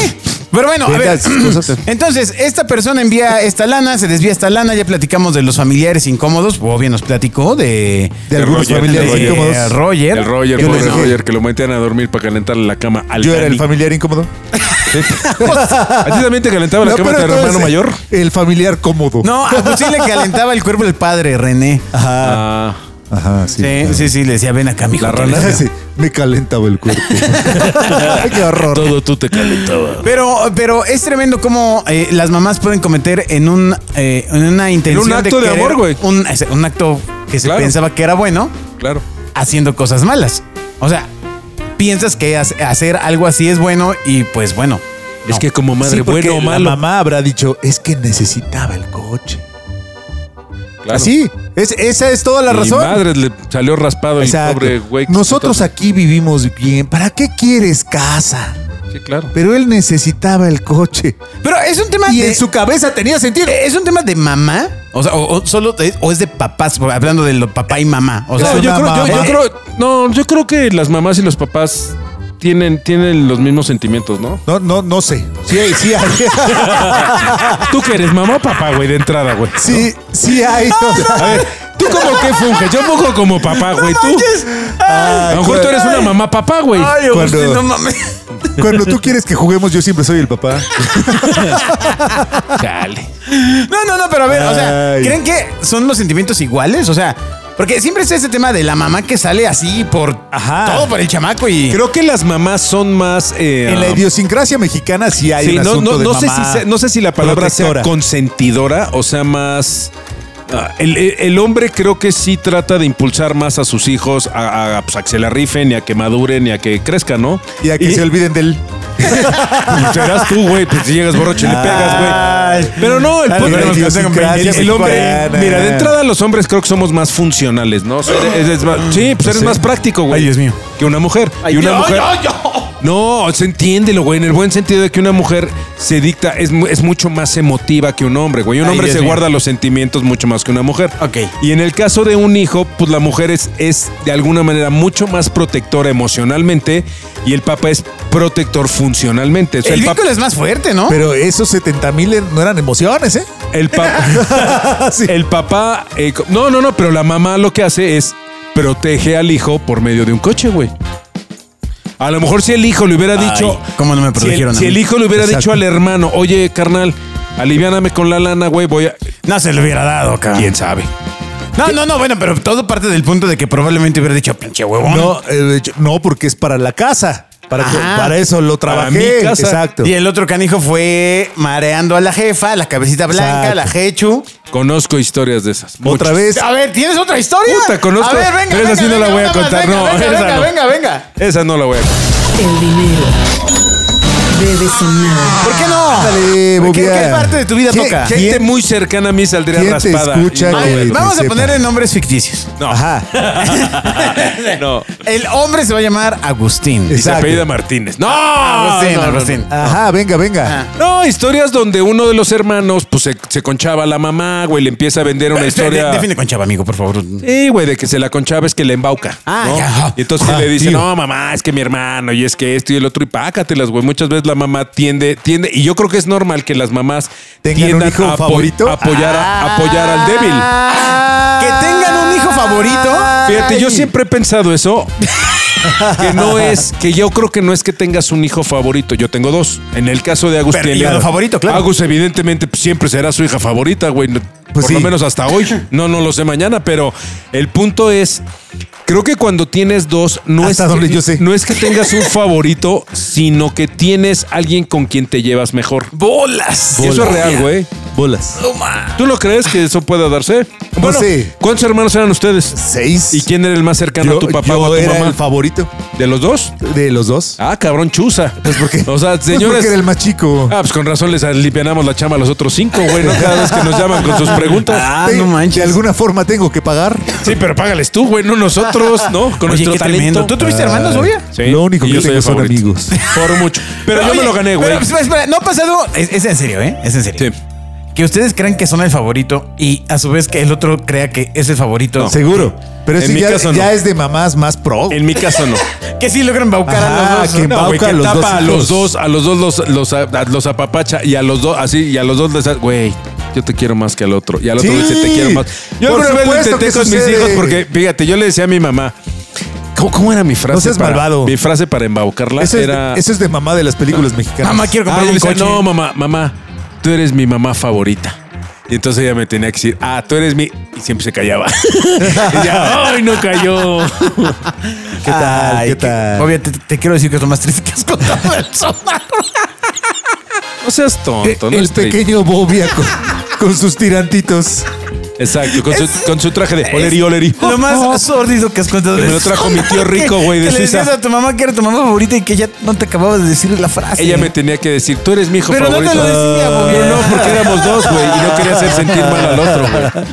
[SPEAKER 2] Pero bueno, a ver.
[SPEAKER 3] Vendas cosas.
[SPEAKER 2] Entonces, esta persona envía esta lana, se desvía esta lana, ya platicamos de los familiares incómodos, o bien nos platicó de
[SPEAKER 3] De algunos
[SPEAKER 4] Roger,
[SPEAKER 3] familiares
[SPEAKER 4] de
[SPEAKER 3] incómodos.
[SPEAKER 2] de Roger.
[SPEAKER 4] El Roger,
[SPEAKER 3] Yo
[SPEAKER 4] pobre
[SPEAKER 3] les dije.
[SPEAKER 4] Roger, que lo metían a dormir para calentarle la cama al
[SPEAKER 3] Yo era el
[SPEAKER 4] Dani.
[SPEAKER 3] familiar incómodo.
[SPEAKER 4] ¿A ti también te calentaba la
[SPEAKER 3] No,
[SPEAKER 4] cama
[SPEAKER 3] pero
[SPEAKER 4] de tu hermano
[SPEAKER 3] entonces,
[SPEAKER 4] mayor?
[SPEAKER 3] El familiar cómodo.
[SPEAKER 2] No, a Agustín le calentaba el cuerpo el padre René.
[SPEAKER 4] Ah,
[SPEAKER 3] Ajá, sí.
[SPEAKER 2] Sí, sí, sí, le decía, "Ven acá, mijo."
[SPEAKER 4] La
[SPEAKER 2] te
[SPEAKER 4] rana
[SPEAKER 2] deseo".
[SPEAKER 3] Sí, Me calentaba el cuerpo. Ay, Qué horror.
[SPEAKER 4] todo tú te calentabas.
[SPEAKER 2] Pero, pero es tremendo cómo eh, las mamás pueden cometer en un eh, en una intención
[SPEAKER 4] En un acto de
[SPEAKER 2] querer
[SPEAKER 4] amor, güey.
[SPEAKER 2] Un, es- un acto que se
[SPEAKER 4] Claro.
[SPEAKER 2] pensaba que era bueno,
[SPEAKER 4] Claro.
[SPEAKER 2] haciendo cosas malas. O sea, piensas que hace- hacer algo así es bueno y pues bueno.
[SPEAKER 4] Es que como madre,
[SPEAKER 3] Sí, porque
[SPEAKER 4] bueno
[SPEAKER 3] la
[SPEAKER 4] o malo.
[SPEAKER 3] mamá habrá dicho, es que necesitaba el coche.
[SPEAKER 4] Claro.
[SPEAKER 3] Así, Es- esa es toda la
[SPEAKER 4] Y
[SPEAKER 3] razón.
[SPEAKER 4] madre, le salió raspado
[SPEAKER 3] Exacto.
[SPEAKER 4] el pobre güey.
[SPEAKER 3] Nosotros aquí vivimos bien. ¿Para qué quieres casa?
[SPEAKER 4] Sí, claro.
[SPEAKER 3] Pero él necesitaba el coche.
[SPEAKER 2] Pero es un tema
[SPEAKER 3] Y
[SPEAKER 2] de.
[SPEAKER 3] en su cabeza tenía sentido.
[SPEAKER 2] ¿Es un tema de mamá? O sea, o, o solo es, o es de papás, hablando de lo papá y mamá. O sea,
[SPEAKER 4] No, yo
[SPEAKER 3] una
[SPEAKER 4] creo, yo- yo
[SPEAKER 3] mamá.
[SPEAKER 4] creo- no, yo creo que las mamás y los papás tienen, tienen los mismos sentimientos, ¿no?
[SPEAKER 3] No, no, no sé. Sí, hay- sí, hay.
[SPEAKER 4] Tú que eres mamá o papá, güey, de entrada, güey.
[SPEAKER 3] sí, sí hay.
[SPEAKER 4] A ver, ¿tú como qué funges? Yo poco como papá, güey. Tú. A lo mejor tú eres una mamá papá, güey.
[SPEAKER 2] Ay, Agustín,
[SPEAKER 3] Cuando-
[SPEAKER 2] no mames.
[SPEAKER 3] Cuando tú quieres que juguemos, yo siempre soy el papá.
[SPEAKER 4] Chale.
[SPEAKER 2] No, no, no, pero a ver, o sea,
[SPEAKER 3] Ay.
[SPEAKER 2] ¿creen que son los sentimientos iguales? O sea, porque siempre está ese tema de la mamá que sale así por
[SPEAKER 3] Ajá.
[SPEAKER 2] todo por el chamaco y.
[SPEAKER 4] Creo que las mamás son más. eh,
[SPEAKER 3] En la idiosincrasia mexicana sí hay
[SPEAKER 4] Sí,
[SPEAKER 3] un
[SPEAKER 4] no,
[SPEAKER 3] asunto
[SPEAKER 4] no-
[SPEAKER 3] de
[SPEAKER 4] no sé
[SPEAKER 3] mamá
[SPEAKER 4] si se- no sé si la palabra
[SPEAKER 3] protectora.
[SPEAKER 4] sea consentidora o sea más. ah, El, el- el hombre creo que sí trata de impulsar más a sus hijos a, a, pues, a que se la rifen y a que maduren y a que crezcan, ¿no?
[SPEAKER 3] Y a que se olviden de él.
[SPEAKER 4] pues, serás tú, güey, pues si llegas borracho y le pegas, güey.
[SPEAKER 3] Ay.
[SPEAKER 4] Pero no, el,
[SPEAKER 3] Ay,
[SPEAKER 4] punto-
[SPEAKER 3] la
[SPEAKER 4] el- el-
[SPEAKER 3] idiosincrasia
[SPEAKER 4] el hombre,
[SPEAKER 3] mexicana.
[SPEAKER 4] mira, de entrada los hombres creo que somos más funcionales, ¿no? O sea, eres- eres más- sí, pues eres
[SPEAKER 3] sí.
[SPEAKER 4] más práctico, güey.
[SPEAKER 2] Ay, Dios mío.
[SPEAKER 4] Que una mujer. y una mujer. No, se entiéndelo, güey. En el buen sentido de que una mujer se dicta, es, mu- es mucho más emotiva que un hombre, güey. Un
[SPEAKER 2] Ay,
[SPEAKER 4] hombre
[SPEAKER 2] Dios
[SPEAKER 4] se
[SPEAKER 2] mío.
[SPEAKER 4] guarda los sentimientos mucho más que una mujer.
[SPEAKER 2] Ok.
[SPEAKER 4] Y en el caso de un hijo, pues la mujer es, es de alguna manera mucho más protectora emocionalmente y el papá es protector funcionalmente. O sea,
[SPEAKER 2] el
[SPEAKER 4] el, pap-
[SPEAKER 2] vínculo es más fuerte,
[SPEAKER 4] ¿Ah?
[SPEAKER 2] ¿no?
[SPEAKER 3] Pero esos 70 mil no eran emociones, ¿eh?
[SPEAKER 4] el pa- el papá. eh, co- no, no, no, pero la mamá lo que hace es protege al hijo por medio de un coche, güey. A lo mejor si el hijo le hubiera
[SPEAKER 2] Ay,
[SPEAKER 4] dicho.
[SPEAKER 2] ¿cómo no me
[SPEAKER 4] si el-
[SPEAKER 2] protegieron a
[SPEAKER 4] Si el,
[SPEAKER 2] mí?
[SPEAKER 4] hijo le hubiera
[SPEAKER 3] Exacto.
[SPEAKER 4] dicho al hermano, oye, carnal, aliviáname con la lana, güey, voy a.
[SPEAKER 2] no se lo hubiera dado,
[SPEAKER 3] Ah.
[SPEAKER 2] cabrón.
[SPEAKER 4] Quién sabe.
[SPEAKER 2] No, no, no, bueno, pero todo parte del punto de que probablemente hubiera dicho, pinche huevón.
[SPEAKER 3] No, eh, yo- no, porque es para la casa. Para, que-
[SPEAKER 2] Ajá.
[SPEAKER 3] para eso lo
[SPEAKER 4] Para
[SPEAKER 3] trabajé.
[SPEAKER 4] mi casa.
[SPEAKER 3] Exacto.
[SPEAKER 2] Y el otro canijo fue mareando a la jefa, la cabecita blanca,
[SPEAKER 3] Exacto.
[SPEAKER 2] la jechu.
[SPEAKER 4] Conozco historias de esas.
[SPEAKER 3] Otra
[SPEAKER 4] muchas.
[SPEAKER 3] vez.
[SPEAKER 2] A ver, ¿tienes otra historia?
[SPEAKER 4] Puta, conozco-
[SPEAKER 2] A ver, venga,
[SPEAKER 4] pero esa
[SPEAKER 2] venga,
[SPEAKER 4] sí no la
[SPEAKER 2] venga,
[SPEAKER 4] voy a
[SPEAKER 2] nada más,
[SPEAKER 4] contar,
[SPEAKER 2] venga,
[SPEAKER 4] no,
[SPEAKER 2] venga,
[SPEAKER 4] esa
[SPEAKER 2] venga,
[SPEAKER 4] no.
[SPEAKER 2] venga, venga.
[SPEAKER 4] Esa no la voy a.
[SPEAKER 1] El dinero debe sonar.
[SPEAKER 2] ¿Por qué no?
[SPEAKER 3] Ándale,
[SPEAKER 2] ¿Por ¿Qué,
[SPEAKER 3] Bobia.
[SPEAKER 2] qué parte de tu vida
[SPEAKER 3] ¿Qué-
[SPEAKER 2] toca?
[SPEAKER 3] qué-
[SPEAKER 4] Gente
[SPEAKER 3] ¿Quién-
[SPEAKER 4] muy cercana a mí saldría
[SPEAKER 3] quién te
[SPEAKER 4] raspada.
[SPEAKER 3] escucha,
[SPEAKER 4] Y-
[SPEAKER 2] A ver,
[SPEAKER 3] güey?
[SPEAKER 2] vamos a
[SPEAKER 3] sepa.
[SPEAKER 2] poner en nombres ficticios.
[SPEAKER 4] No.
[SPEAKER 3] Ajá.
[SPEAKER 4] no.
[SPEAKER 2] El hombre se va a llamar Agustín.
[SPEAKER 4] Y se
[SPEAKER 3] Exacto.
[SPEAKER 4] apellida Martínez. No.
[SPEAKER 3] Ah,
[SPEAKER 2] Agustín,
[SPEAKER 3] pues
[SPEAKER 4] Ah, no, no, no.
[SPEAKER 2] Agustín.
[SPEAKER 3] Ajá, venga, venga.
[SPEAKER 2] Ajá.
[SPEAKER 4] No, historias donde uno de los hermanos pues se, se conchaba a la mamá, güey, le empieza a vender una
[SPEAKER 2] Pero,
[SPEAKER 4] historia.
[SPEAKER 2] de- Define con chava, amigo, por favor.
[SPEAKER 4] Sí, güey, de que se la conchaba es que le embauca.
[SPEAKER 2] Ah,
[SPEAKER 4] ¿no?
[SPEAKER 2] ya.
[SPEAKER 4] Y entonces
[SPEAKER 3] Ah,
[SPEAKER 4] le dice,
[SPEAKER 3] tío.
[SPEAKER 4] no, mamá, es que mi hermano, y es que esto y el otro, y pácatelas, güey. Muchas veces la mamá tiende, tiende, y yo creo que es normal que las mamás
[SPEAKER 3] ¿Tengan un
[SPEAKER 4] tiendan
[SPEAKER 3] hijo
[SPEAKER 4] a apo-
[SPEAKER 3] favorito? Ah.
[SPEAKER 4] apoyar, a- apoyar al débil.
[SPEAKER 2] Que tengan un hijo favorito.
[SPEAKER 4] Fíjate, yo siempre he pensado eso. que no es, que yo creo que no es que tengas un hijo favorito. Yo tengo dos. En el caso de Agus
[SPEAKER 2] Pero,
[SPEAKER 4] tiene-
[SPEAKER 2] y uno favorito, claro.
[SPEAKER 4] Agus, evidentemente, pues, siempre será su hija favorita, güey. No-
[SPEAKER 3] Pues
[SPEAKER 4] por lo
[SPEAKER 3] sí.
[SPEAKER 4] menos hasta hoy. No, no lo sé mañana, pero el punto es. Creo que cuando tienes dos, no,
[SPEAKER 3] Hasta
[SPEAKER 4] es,
[SPEAKER 3] donde
[SPEAKER 4] que,
[SPEAKER 3] yo sé.
[SPEAKER 4] no es que tengas un favorito, sino que tienes alguien con quien te llevas mejor.
[SPEAKER 2] Bolas.
[SPEAKER 4] Y eso es real, güey.
[SPEAKER 3] Bolas.
[SPEAKER 4] ¿Tú no crees que eso pueda darse? Bueno,
[SPEAKER 3] sé.
[SPEAKER 4] ¿cuántos hermanos eran ustedes?
[SPEAKER 3] Seis.
[SPEAKER 4] ¿Y quién era el más cercano a tu papá
[SPEAKER 3] yo
[SPEAKER 4] o a tu
[SPEAKER 3] era
[SPEAKER 4] mamá?
[SPEAKER 3] el favorito
[SPEAKER 4] ¿De los dos?
[SPEAKER 3] de los dos.
[SPEAKER 4] Ah, cabrón, chusa.
[SPEAKER 3] Pues porque.
[SPEAKER 4] O sea,
[SPEAKER 3] pues
[SPEAKER 4] señores.
[SPEAKER 3] porque era el más chico.
[SPEAKER 4] Ah, pues con razón les alivianamos la chama a los otros cinco, güey, ¿no? Cada vez que nos llaman con sus preguntas.
[SPEAKER 2] Ah,
[SPEAKER 3] De-
[SPEAKER 2] no
[SPEAKER 3] De
[SPEAKER 2] manches.
[SPEAKER 3] alguna forma tengo que pagar.
[SPEAKER 4] Sí, pero págales Pues tú, güey, no nosotros, ¿no? Con
[SPEAKER 2] Oye,
[SPEAKER 4] nuestro
[SPEAKER 2] qué
[SPEAKER 4] talento.
[SPEAKER 2] tremendo. ¿Tú tuviste hermanos, obvia?
[SPEAKER 4] Sí.
[SPEAKER 3] Ah, Lo único
[SPEAKER 4] Y yo
[SPEAKER 3] que
[SPEAKER 4] soy
[SPEAKER 3] tengo
[SPEAKER 4] el
[SPEAKER 3] son
[SPEAKER 4] favorito.
[SPEAKER 3] amigos.
[SPEAKER 4] Por mucho. Pero yo me
[SPEAKER 2] Oye,
[SPEAKER 4] lo gané, güey.
[SPEAKER 2] Pero, pues, espera, espera, no ha pasado. Es, es en serio, ¿eh? Es en serio.
[SPEAKER 4] Sí.
[SPEAKER 2] Que ustedes crean que son el favorito y a su vez que el otro crea que es el favorito.
[SPEAKER 3] Seguro. Pero
[SPEAKER 4] En
[SPEAKER 3] eso
[SPEAKER 4] mi
[SPEAKER 3] ya,
[SPEAKER 4] caso no.
[SPEAKER 3] ya es de mamás más pro.
[SPEAKER 4] En mi caso no.
[SPEAKER 2] Que sí logran baucar a
[SPEAKER 3] Ajá,
[SPEAKER 2] los dos.
[SPEAKER 3] que
[SPEAKER 2] ¿no?
[SPEAKER 4] No, güey,
[SPEAKER 3] Embauca
[SPEAKER 4] que
[SPEAKER 3] a los
[SPEAKER 4] tapa
[SPEAKER 3] dos
[SPEAKER 4] a los
[SPEAKER 3] hijos.
[SPEAKER 4] dos, a los dos los, los, a- a- los apapacha y a los dos, así, y a los dos les hace, güey, yo te quiero más que al otro. Y al otro
[SPEAKER 3] Sí.
[SPEAKER 4] le dice, te quiero más. Yo
[SPEAKER 3] Por
[SPEAKER 4] alguna vez lo
[SPEAKER 3] supuesto
[SPEAKER 4] intenté
[SPEAKER 3] que
[SPEAKER 4] con mis
[SPEAKER 3] sucede.
[SPEAKER 4] hijos porque, fíjate, yo le decía a mi mamá, ¿cómo, cómo era mi frase?
[SPEAKER 3] No seas
[SPEAKER 4] para-
[SPEAKER 3] malvado.
[SPEAKER 4] Mi frase para embaucarla
[SPEAKER 3] Eso,
[SPEAKER 4] era.
[SPEAKER 3] es, eso es de mamá de las películas mexicanas.
[SPEAKER 2] Mamá, quiero
[SPEAKER 4] Ah,
[SPEAKER 2] comprar
[SPEAKER 4] yo le
[SPEAKER 2] un
[SPEAKER 4] decía,
[SPEAKER 2] coche.
[SPEAKER 4] no, mamá, mamá, tú eres mi mamá favorita. Y entonces ella me tenía que decir, ah, tú eres mi. Y siempre se callaba. y ya, ¡ay, no cayó!
[SPEAKER 3] ¿Qué tal?
[SPEAKER 2] Ay,
[SPEAKER 3] ¿Qué
[SPEAKER 2] que-
[SPEAKER 3] tal?
[SPEAKER 2] Obvio, te, te quiero decir que es lo más triste que has contado del sonar.
[SPEAKER 4] No seas tonto, no
[SPEAKER 3] Eh, el
[SPEAKER 4] estés-
[SPEAKER 3] pequeño Bobia con, con sus tirantitos.
[SPEAKER 4] Exacto, con su, con su traje de oleri, oleri. Oh,
[SPEAKER 2] Lo más sórdido que has contado.
[SPEAKER 4] Que me lo
[SPEAKER 2] es-
[SPEAKER 4] trajo mi tío rico, güey, de
[SPEAKER 2] que le
[SPEAKER 4] Suiza.
[SPEAKER 2] decías a tu mamá que era tu mamá favorita y que ya no te acababas de decir la frase.
[SPEAKER 4] Ella me tenía que decir, tú eres mi hijo
[SPEAKER 2] Pero no te
[SPEAKER 4] favorito.
[SPEAKER 2] lo decía, güey.
[SPEAKER 4] Pero no, porque éramos dos, güey, y no quería hacer sentir mal al otro, güey.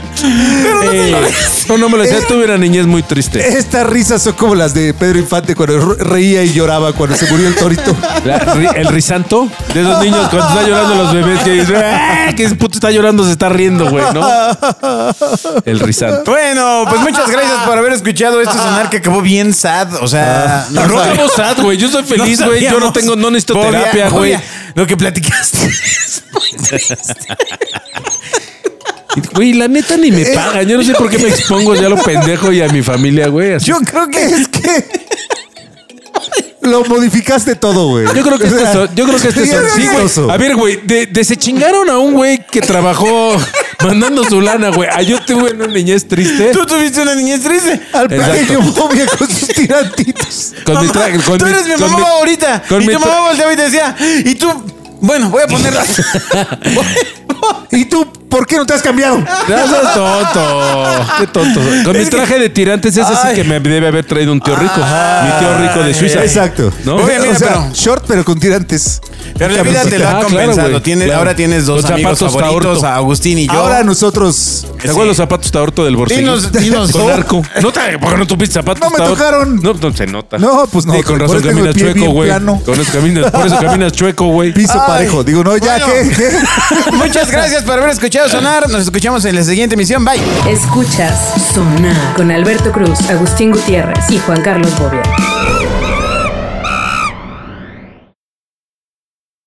[SPEAKER 4] Eh, no, no me lo decía, tuve una niñez muy triste.
[SPEAKER 3] Estas risas son como las de Pedro Infante cuando re- reía y lloraba cuando se murió el torito.
[SPEAKER 4] La- ri- el risanto de esos niños cuando está llorando los bebés que dicen, "Ah, que ese puto está llorando, se está riendo, güey, ¿no? El risanto.
[SPEAKER 2] Bueno, pues muchas gracias por haber escuchado este
[SPEAKER 4] Ah.
[SPEAKER 2] sonar que acabó bien sad. O sea,
[SPEAKER 4] No, no acabo Ah. sad, güey. Yo soy feliz, güey. Yo no
[SPEAKER 2] sabíamos.
[SPEAKER 4] tengo, no necesito
[SPEAKER 2] Bobia,
[SPEAKER 4] terapia, güey.
[SPEAKER 2] Bobia, Lo que platicaste es muy
[SPEAKER 4] Güey, la neta ni
[SPEAKER 2] Eh,
[SPEAKER 4] me pagan. Yo no sé por qué me expongo ya a lo pendejo y a mi familia, güey. así.
[SPEAKER 3] Yo creo que es que. Lo modificaste todo, güey.
[SPEAKER 4] Yo creo que este
[SPEAKER 3] O sea,
[SPEAKER 4] son, yo creo que este
[SPEAKER 3] sí,
[SPEAKER 4] son,
[SPEAKER 3] es
[SPEAKER 4] sí,
[SPEAKER 3] chistoso.
[SPEAKER 4] güey. A ver, güey, de, desechingaron a un güey que trabajó mandando su lana, güey. Ah, yo tuve una niñez triste.
[SPEAKER 2] Tú tuviste una niñez triste.
[SPEAKER 3] Al
[SPEAKER 4] Exacto.
[SPEAKER 3] pequeño momia con sus tirantitos.
[SPEAKER 4] Con mi traje, con
[SPEAKER 2] tú
[SPEAKER 4] mi-
[SPEAKER 2] eres mi
[SPEAKER 4] con
[SPEAKER 2] mamá
[SPEAKER 4] mi-
[SPEAKER 2] favorita.
[SPEAKER 4] con
[SPEAKER 2] y
[SPEAKER 4] mi
[SPEAKER 2] tu
[SPEAKER 4] tra-
[SPEAKER 2] mamá volteaba y te decía, y tú, bueno, voy a ponerla.
[SPEAKER 3] ¿Y tú por qué no te has cambiado?
[SPEAKER 4] No seas tonto. Qué tonto. soy. Con mi traje de tirantes, ese sí
[SPEAKER 2] Ay. Ah,
[SPEAKER 4] que me debe haber traído un tío rico. mi tío rico de Suiza.
[SPEAKER 3] Ah, eh, Exacto.
[SPEAKER 4] ¿No?
[SPEAKER 2] Oye, mira,
[SPEAKER 3] o sea,
[SPEAKER 2] pero-
[SPEAKER 3] short, pero con tirantes.
[SPEAKER 2] Pero la vida te lo
[SPEAKER 4] Ah,
[SPEAKER 2] ha
[SPEAKER 4] claro,
[SPEAKER 2] compensado.
[SPEAKER 4] güey,
[SPEAKER 2] Tienes-
[SPEAKER 4] claro.
[SPEAKER 2] Ahora tienes dos
[SPEAKER 4] Los
[SPEAKER 2] amigos
[SPEAKER 4] zapatos
[SPEAKER 2] favoritos,
[SPEAKER 4] Taorto.
[SPEAKER 2] a Agustín y yo.
[SPEAKER 3] Ahora nosotros.
[SPEAKER 4] ¿Te acuerdas los zapatos Taorto del Borseguín?
[SPEAKER 2] Dinos- dinos
[SPEAKER 4] Con
[SPEAKER 2] dos.
[SPEAKER 4] arco. No te, ¿Por qué no tuviste zapatos
[SPEAKER 3] No me
[SPEAKER 4] Taorto?
[SPEAKER 3] tocaron.
[SPEAKER 4] No, no se nota.
[SPEAKER 3] No, pues no,
[SPEAKER 4] Sí, con
[SPEAKER 3] por
[SPEAKER 4] razón
[SPEAKER 3] eso tengo el
[SPEAKER 4] caminas
[SPEAKER 3] pie
[SPEAKER 4] chueco,
[SPEAKER 3] bien
[SPEAKER 4] güey.
[SPEAKER 3] plano.
[SPEAKER 4] Con eso caminas, por eso caminas chueco, güey.
[SPEAKER 3] Piso
[SPEAKER 2] Ay.
[SPEAKER 3] parejo. Digo, no, ya
[SPEAKER 2] Bueno.
[SPEAKER 3] que.
[SPEAKER 2] Muchas gracias por haber escuchado sonar. Nos escuchamos en la siguiente emisión. Bye.
[SPEAKER 1] Escuchas Sonar con Alberto Cruz, Agustín Gutiérrez y Juan Carlos Bobia.